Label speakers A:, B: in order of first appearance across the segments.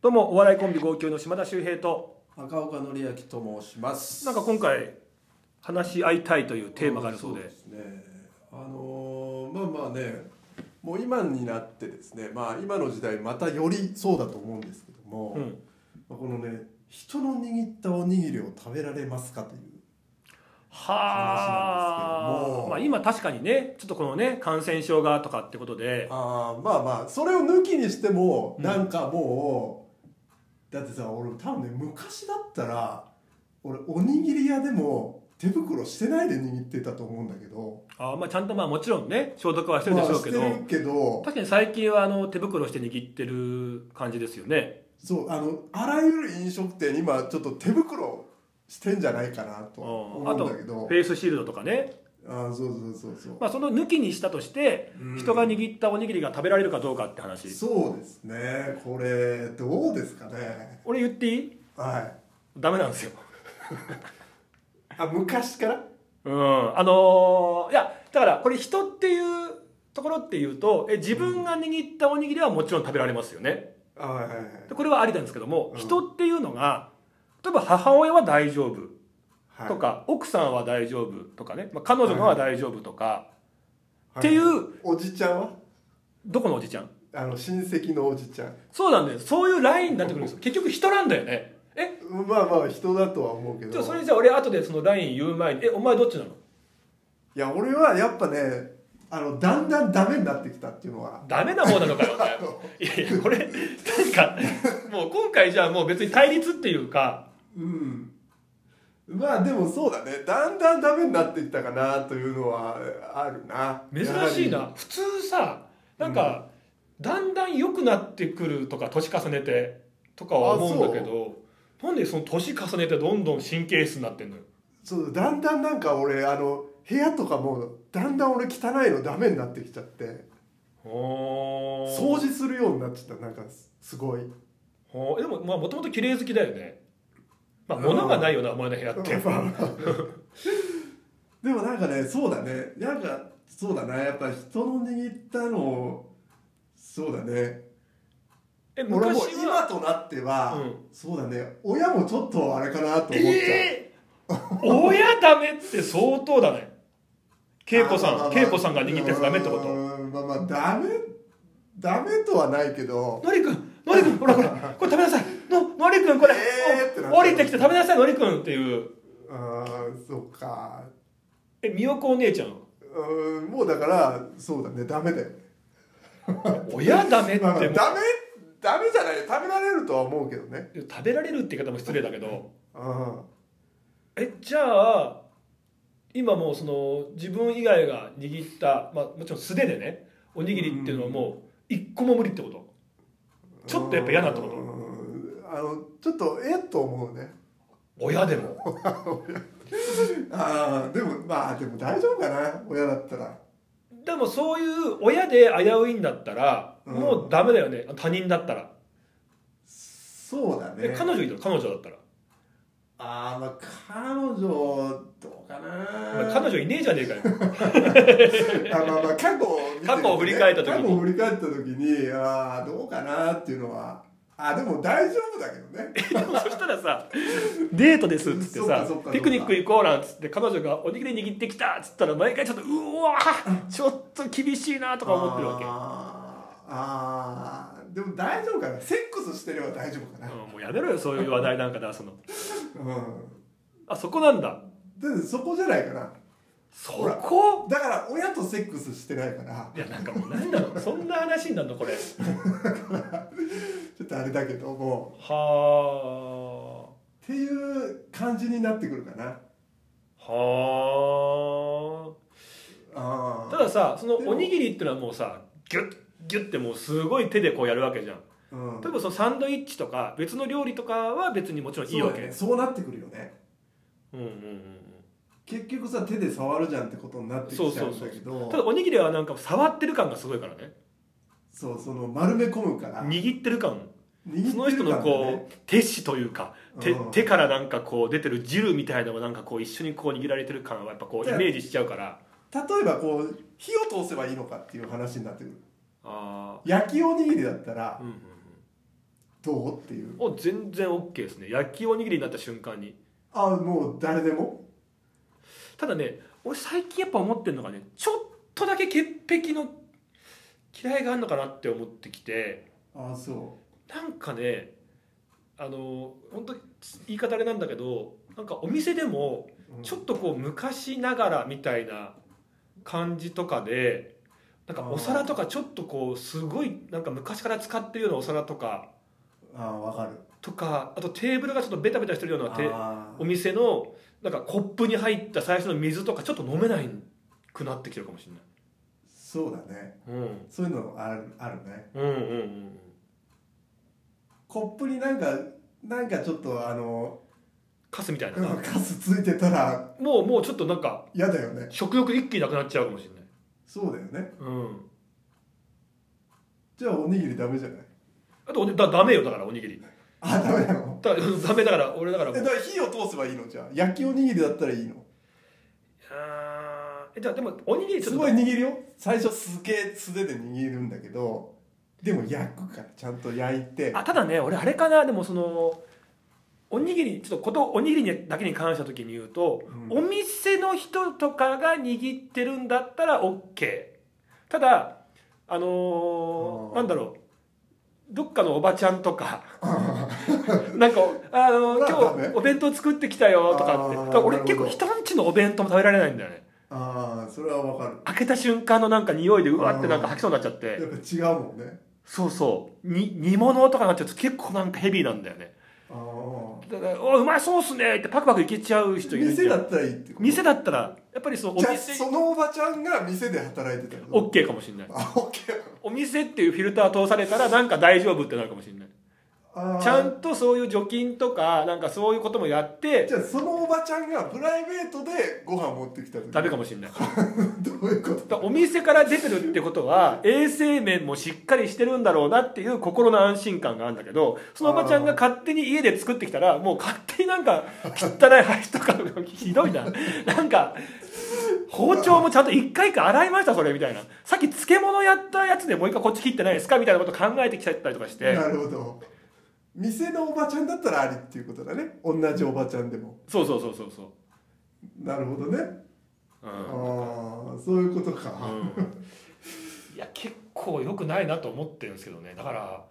A: どうもお笑いコンビ号泣の島田秀平と
B: 赤岡典明と申します
A: なんか今回話し合いたいというテーマがあるそうで
B: ですねあのーまあまあねもう今になってですねまあ今の時代またよりそうだと思うんですけども、
A: うん
B: まあこのね人の握ったおにぎりを食べられますかという話なんですけど
A: はあ
B: も
A: まあ今確かにねちょっとこのね感染症がとかってことで
B: あーまあまあそれを抜きにしても
A: うん
B: なんかもう、だってさ俺多分ね昔だったら俺おにぎり屋でも手袋してないで握ってたと思うんだけど
A: あーまあちゃんとまあもちろんね消毒はしてるでしょうけど、
B: まあしてるけど
A: 確かに最近はあの手袋して握ってる感じですよね
B: そうあのあらゆる飲食店今ちょっと手袋してんじゃないかなと
A: う
B: は
A: ん
B: 思
A: あ
B: う
A: と
B: ん
A: フ
B: だけど
A: ェイスシールドとかね、
B: あーそうそうそうそう、
A: まあ、その抜きにしたとして
B: うん
A: 人が握ったおにぎりが食べられるかどうかって話、
B: そうですねこれどうですかね
A: 俺言っていい
B: はい
A: ダメなんですよ
B: あ昔から
A: うん、あのーいやだからこれ人っていうところっていうとえ自分が握ったおにぎりはもちろん食べられますよね
B: あーはいはいはい
A: でこれはありなんですけども、
B: うん
A: 人っていうのが例えば母親は大丈夫
B: はい
A: とか、奥さんは大丈夫とかね、まあ、彼女のは大丈夫とか、
B: は
A: っていう
B: おじちゃんは
A: どこのおじちゃん
B: あの親戚のおじちゃん
A: そうなんだよそういうラインになってくるんですよ結局人なんだよねえ
B: まあまあ人だとは思うけ
A: じ
B: ど
A: ゃあそれじゃあ俺後でそのライン言う前にえお前どっちなの
B: いや俺はやっぱねあのだんだんダメになってきたっていうのは
A: ダメな方なのか よお前いやいやこれなんかもう今回じゃあもう別に対立っていうか
B: うんまあでもそうだねだんだんダメになっていったかなというのはあるな
A: 珍しい
B: やは
A: な普通さなんか、だんだん良くなってくるとか年重ねてとかは思うんだけどなんでその年重ねてどんどん神経質になってんのよ
B: りそうだんだんなんか俺あの部屋とかもだんだん俺汚いのダメになってきちゃって掃
A: 掃
B: 除するようになっちゃったなんかすすごい
A: でもまあもともと綺麗好きだよねまあ
B: うん
A: 物がないよなお前の部屋って
B: まあまあでもなんかねそうだねなんかそうだなやっぱ人の握ったのをそうだね
A: え
B: 俺も
A: 昔
B: 今
A: は
B: となっては、
A: うん
B: そうだね親もちょっとあれかなと思っちゃう、
A: えー、親ダメって相当だね恵子
B: あまあま
A: さ
B: あ
A: ん恵子さんが握ったやつダメってこ
B: う
A: と
B: ーんまあまあダメダメとはないけど
A: のりくん、のりくん、ほらほら、これ食べなさい。の、のりくん、これ、
B: えーってなっちゃう
A: 降りてきて食べなさい、のりくんっていう。
B: うーんそうか
A: え、みよこお姉ちゃん。
B: うーんもうだからそうだねダメだよ、
A: 親ダメって
B: まあ
A: も
B: まあ
A: う、
B: ダメダメじゃない食べられるとは思うけどね
A: 食べられるって言い方も失礼だけど。
B: うん
A: え、じゃあ、今もうその、自分以外が握った、まあもちろん素手でね、おにぎりっていうのはもう、一個も無理ってこと。ちょっとやっぱ嫌なってこ
B: う
A: と。
B: んあのちょっとえっと思うね
A: 親でも。
B: ああでもまあでも大丈夫かな親だったら
A: でもそういう親で危ういんだったら、
B: うん
A: もうダメだよね。他人だったら。
B: そうだ
A: え
B: ね
A: 彼女いたら彼女だったら。
B: ああまあ彼女どうか
A: お前
B: な
A: 彼女いねえじゃねえか よ。
B: あまあまあ過去を見てみてね
A: 過去を振り返った時に
B: 過去を振り返った時にああどうかなっていうのはあでも大丈夫だけどね
A: でもそしたらさデートですっつって
B: そっか
A: さ
B: そっかそっか
A: ピクニック行こうなんつって彼女がおにぎり握ってきたっつったら毎回ちょっとうわちょっと厳しいなとか 思ってるわけ、
B: あーあーでも大丈夫かなセックスしてれば大丈夫かな
A: うんもうやめろよそういう話題なんかだその
B: う
A: あそこなんだ
B: んだってそこじゃないかな
A: そ
B: ら
A: こ
B: だから親とセックスしてないから
A: いやなんかもう何なのそんな話になるのこれ
B: ちょっとあれだけども
A: は
B: っていう感じになってくるかな
A: あは
B: あ
A: あ
B: ー
A: たださそのおにぎりってのはもうさギュッギュッてもうすごい手でこうやるわけじゃん
B: うん
A: 例えばそのサンドイッチとか別の料理とかは別にもちろんいい
B: そう
A: わ
B: だ
A: け
B: ねそうなってくるよね
A: うんうんうん
B: 結局さ手で触るじゃんってことになってきちゃうんだけ
A: うん
B: ど
A: ただおにぎりはなんか触ってる感がすごいからね
B: そうその丸め込むから
A: 握ってる感
B: 握
A: その人のこう手指というか手
B: うん
A: 手からなんかこう出てる汁みたいなのもなんかこう一緒にこう握られてる感はやっぱこうイメージしちゃうから
B: 例えばこう火を通せばいいのかっていう話になってくる
A: あ
B: 焼きおにぎりだった
A: あ
B: ら
A: うんうんうん
B: どうっていう
A: お全然 OK ですね焼きおにぎりになった瞬間に
B: あもう誰でも
A: ただね俺最近やっぱ思ってるのがねちょっとだけ潔癖の嫌いがあるのかなって思ってきて
B: あそ
A: なんかねあの本当に言い方あれなんだけどなんかお店でも
B: う、うん
A: ちょっとこう昔ながらみたいな感じとかでなんかお皿とかちょっとこうすごいなんか昔から使ってるようなお皿とか
B: あわかる
A: とかあとテーブルがちょっとベタベタしてるようなテ
B: あ
A: お店のなんかコップに入った最初の水とかちょっと飲めないくなってきてるかもしれない、
B: そうだね
A: うん、
B: そういうのあるあるね
A: うんうんうん
B: コップになんかなんかちょっとあの
A: カスみたいな、
B: うんカスついてたら
A: もうもうちょっとなんか
B: 嫌だよね
A: 食欲一気になくなっちゃうかもしれない
B: そうだよね
A: うん
B: じゃあおにぎりダメじゃない
A: あとおにだダメよだからおにぎり
B: あダメなの
A: だ ダメだから俺だから
B: え
A: もう
B: だから火を通せばいいのじゃあ焼きおにぎりだったらいいの
A: あーえじゃあでもおにぎりちょ
B: す
A: っと
B: ごい握るよ最初すげえ素手で握るんだけどでも焼くからちゃんと焼いて
A: あただね俺あれかなでもそのおにぎりちょっとことおにぎりだけに関した時に言うと、
B: うん
A: お店の人とかが握ってるんだったら OK ただあのー
B: うん
A: なんだろうどっかのおばちゃんと かなんか、あのー
B: ま
A: 今
B: あダメ
A: 日お弁当作ってきたよとかって
B: あー
A: だから俺
B: なる
A: 結
B: ほ
A: 構
B: ど
A: 人んちのお弁当も食べられないんだよね
B: ああそれはわかる
A: 開けた瞬間のなんか匂いでうわってなんか吐きそうになっちゃっ
B: や
A: て
B: っぱ違うもんね
A: そうそうに煮物とかになっちゃうと結構なんかヘビーなんだよね
B: ああ
A: だからおうまそうっすねってパクパクいけちゃう人いるじゃん
B: 店だったらいいってこと
A: 店だったらやっぱりそのお
B: じゃあ
A: 店
B: そのおばちゃんが店で働いてたの
A: OK かもしれない
B: あオッケー
A: お店っていうフィルター通されたらなんか大丈夫ってなるかもしれない
B: あー
A: ちゃんとそういう除菌とかなんかそういうこともやって
B: じゃあそのおばちゃんがプライベートでご飯持ってきた時
A: ダメかもしれないだか
B: どういうこと
A: らお店から出てるってことは衛生面もしっかりしてるんだろうなっていう心の安心感があるんだけどそのおばちゃんが勝手に家で作ってきたらもう勝手になんか汚い箸とかひどいななんか包丁もちゃんと一回一回洗いましたそれみたいなさっき漬物やったやつでもう一回こっち切ってないですかみたいなこと考えてきちゃったりとかして
B: なるほど店のおばちゃんだったらありっていうことだね同じおばちゃんでも
A: そうそうそうそうそ
B: なるほど
A: う、
B: ね
A: う
B: あ
A: ん
B: あそういうことか、
A: いや結構良くないなと思ってるんですけどねだから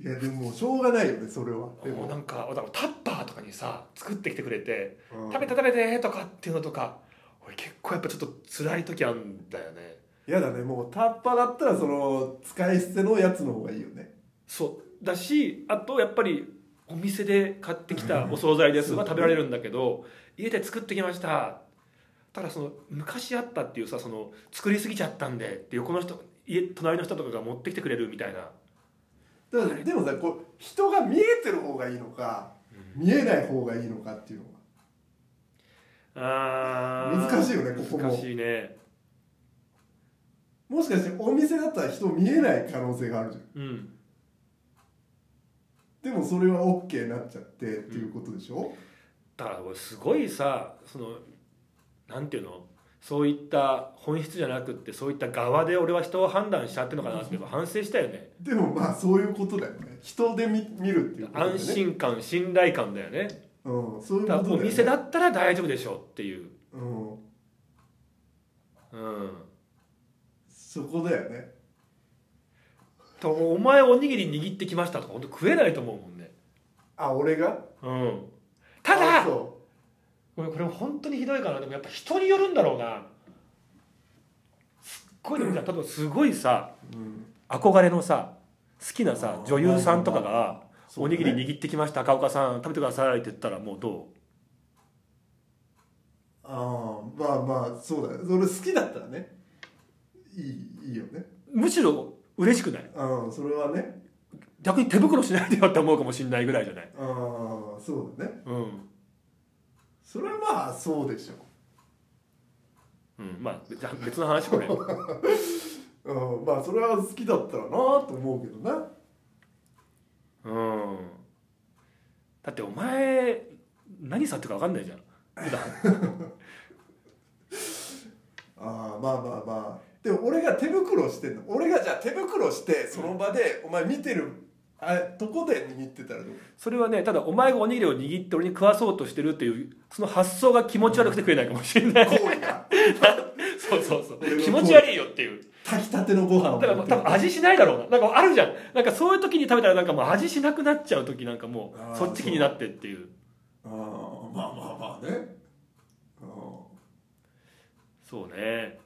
B: いやでもしょうがないよねそれはで
A: もう
B: も
A: なんかだからタッパーとかにさ作ってきてくれて「
B: うん
A: 食べて食べて」とかっていうのとか俺結構やっぱちょっと辛い時あるんだよね
B: やだねもうタッパーだったらその使い捨てのやつの方がいいよね
A: そうだしあとやっぱりお店で買ってきたお惣菜ですは食べられるんだけど家で作ってきましたただその昔あったっていうさその作りすぎちゃったんでって横の人家隣の人とかが持ってきてくれるみたいな
B: だからでもさこう人が見えてる方がいいのか、見えない方がいいのかっていうの
A: あー
B: 難しいよねここも
A: 難しいね
B: はもしかしてお店だったら人見えない可能性があるじゃん
A: うん
B: でもそれは OK になっちゃってっていうことでしょ、
A: だから俺すごいさそのなんていうのそういった本質じゃなくってそういった側で俺は人を判断しちゃってるのかなってやっぱ反省したよね
B: でもまあそういうことだよね人で見見るっていうことだよね
A: 安、心感信頼感だよね
B: うん、そういう
A: だ
B: こ
A: からお
B: とだよね
A: 店だったら大丈夫でしょうっていう
B: うん、
A: うん
B: そこだよね
A: とお前おにぎり握ってきましたとか本当食えないと思うもんね
B: あ俺が
A: うんた
B: あ
A: だ
B: そう
A: ごめんこれ本当にひどいかなでもやっぱ人によるんだろうなすっごいでもじゃあ多分すごいさ
B: うん
A: 憧れのさ好きなさ
B: あー
A: 女優さんとか
B: ま
A: が「
B: そう
A: お
B: だね
A: にぎり握ってきました赤岡さん食べてください」って言ったらもうど
B: ああまあまあそうだねそれ好きだったらねいいいいよね
A: うむしろ嬉しくない
B: うんそれはね
A: 逆に手袋しないでよって思うかもしんないぐらいじゃない
B: ああそうだね
A: うん、
B: それはまあそうでしょ
A: うん、まあじゃあ別の話 これ
B: うんまあそれは好きだったらなと思うけどな
A: うんだってお前何さってるか分かんないじゃん普段
B: ああまあまあまあでも俺が手袋してんの俺がじゃあ手袋してその場でお前見てるあれとこで握ってたらどう
A: それはねただお前がおにぎりを握って俺に食わそうとしてるっていうその発想が気持ち悪くて食えないかもしれない、
B: 行為が
A: そうそうそう
B: 俺の
A: 気持ち悪いよっていう
B: 炊きたてのご飯
A: だ
B: を
A: からもう多分味しないだろうななんかあるじゃんなんかそういう時に食べたらなんかもう味しなくなっちゃう時なんかも
B: あー
A: うそっち気になってっていう
B: あーまあまあまあねあー
A: そうね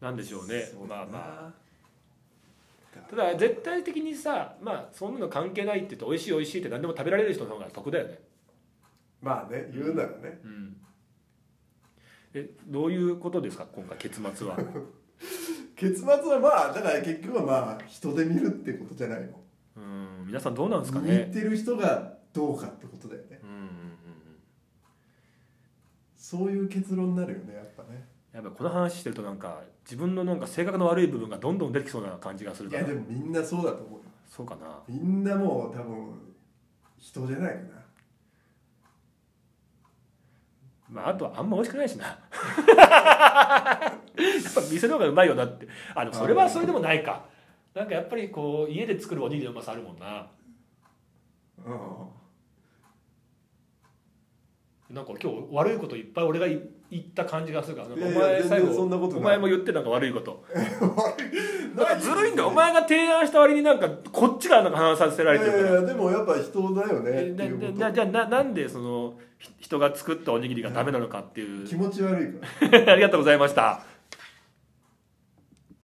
A: なんでしょうね
B: そう
A: ま
B: だな
A: あまあた
B: だ
A: だ絶対的にさまあそんなの関係ないって言って美味しい美味しいって何でも食べられる人の方が得だよね
B: まあね言うならね
A: うんえどういうことですか今回結末 は
B: 結末はまあだから結局はまあ人で見るってことじゃないの
A: うん皆さんどうなんですか
B: 握っ
A: ね
B: てる人がどうかってことだよね
A: うんうんうんうん
B: そういう結論になるよねやっぱね
A: やっぱこの話してるとなんか自分のなんか性格の悪い部分がどんどん出てきそうな感じがする
B: い
A: か
B: や
A: ら
B: でもみんなそうだと思うよ
A: そうかな
B: みんなもう多分人じゃないかな
A: まあ、あとはあんま美味しくないしな やっぱ店の方がうまいよなってあでもそれはそれでもないかなんかやっぱりこう家で作るおにぎりのうまさあるもんな
B: う
A: なんか今日悪いこといっぱい俺がい言った感じがするからなんかお
B: いやいや
A: 前
B: 全然
A: 最後
B: そんなことな
A: お
B: い
A: 前も言ってなんか悪い こと
B: ん
A: なんかずるいんだよお
B: い
A: 前が提案した割になんかこっちがなんか話させら
B: や
A: れ
B: い
A: てるか
B: やい
A: ら
B: やでもやっぱ人だよねって
A: えな
B: いうこ
A: なじゃあななんでそのひ人が作ったおにぎりがダメなのかってい
B: と
A: う
B: 気持ち悪いか ら
A: ありがとうございました。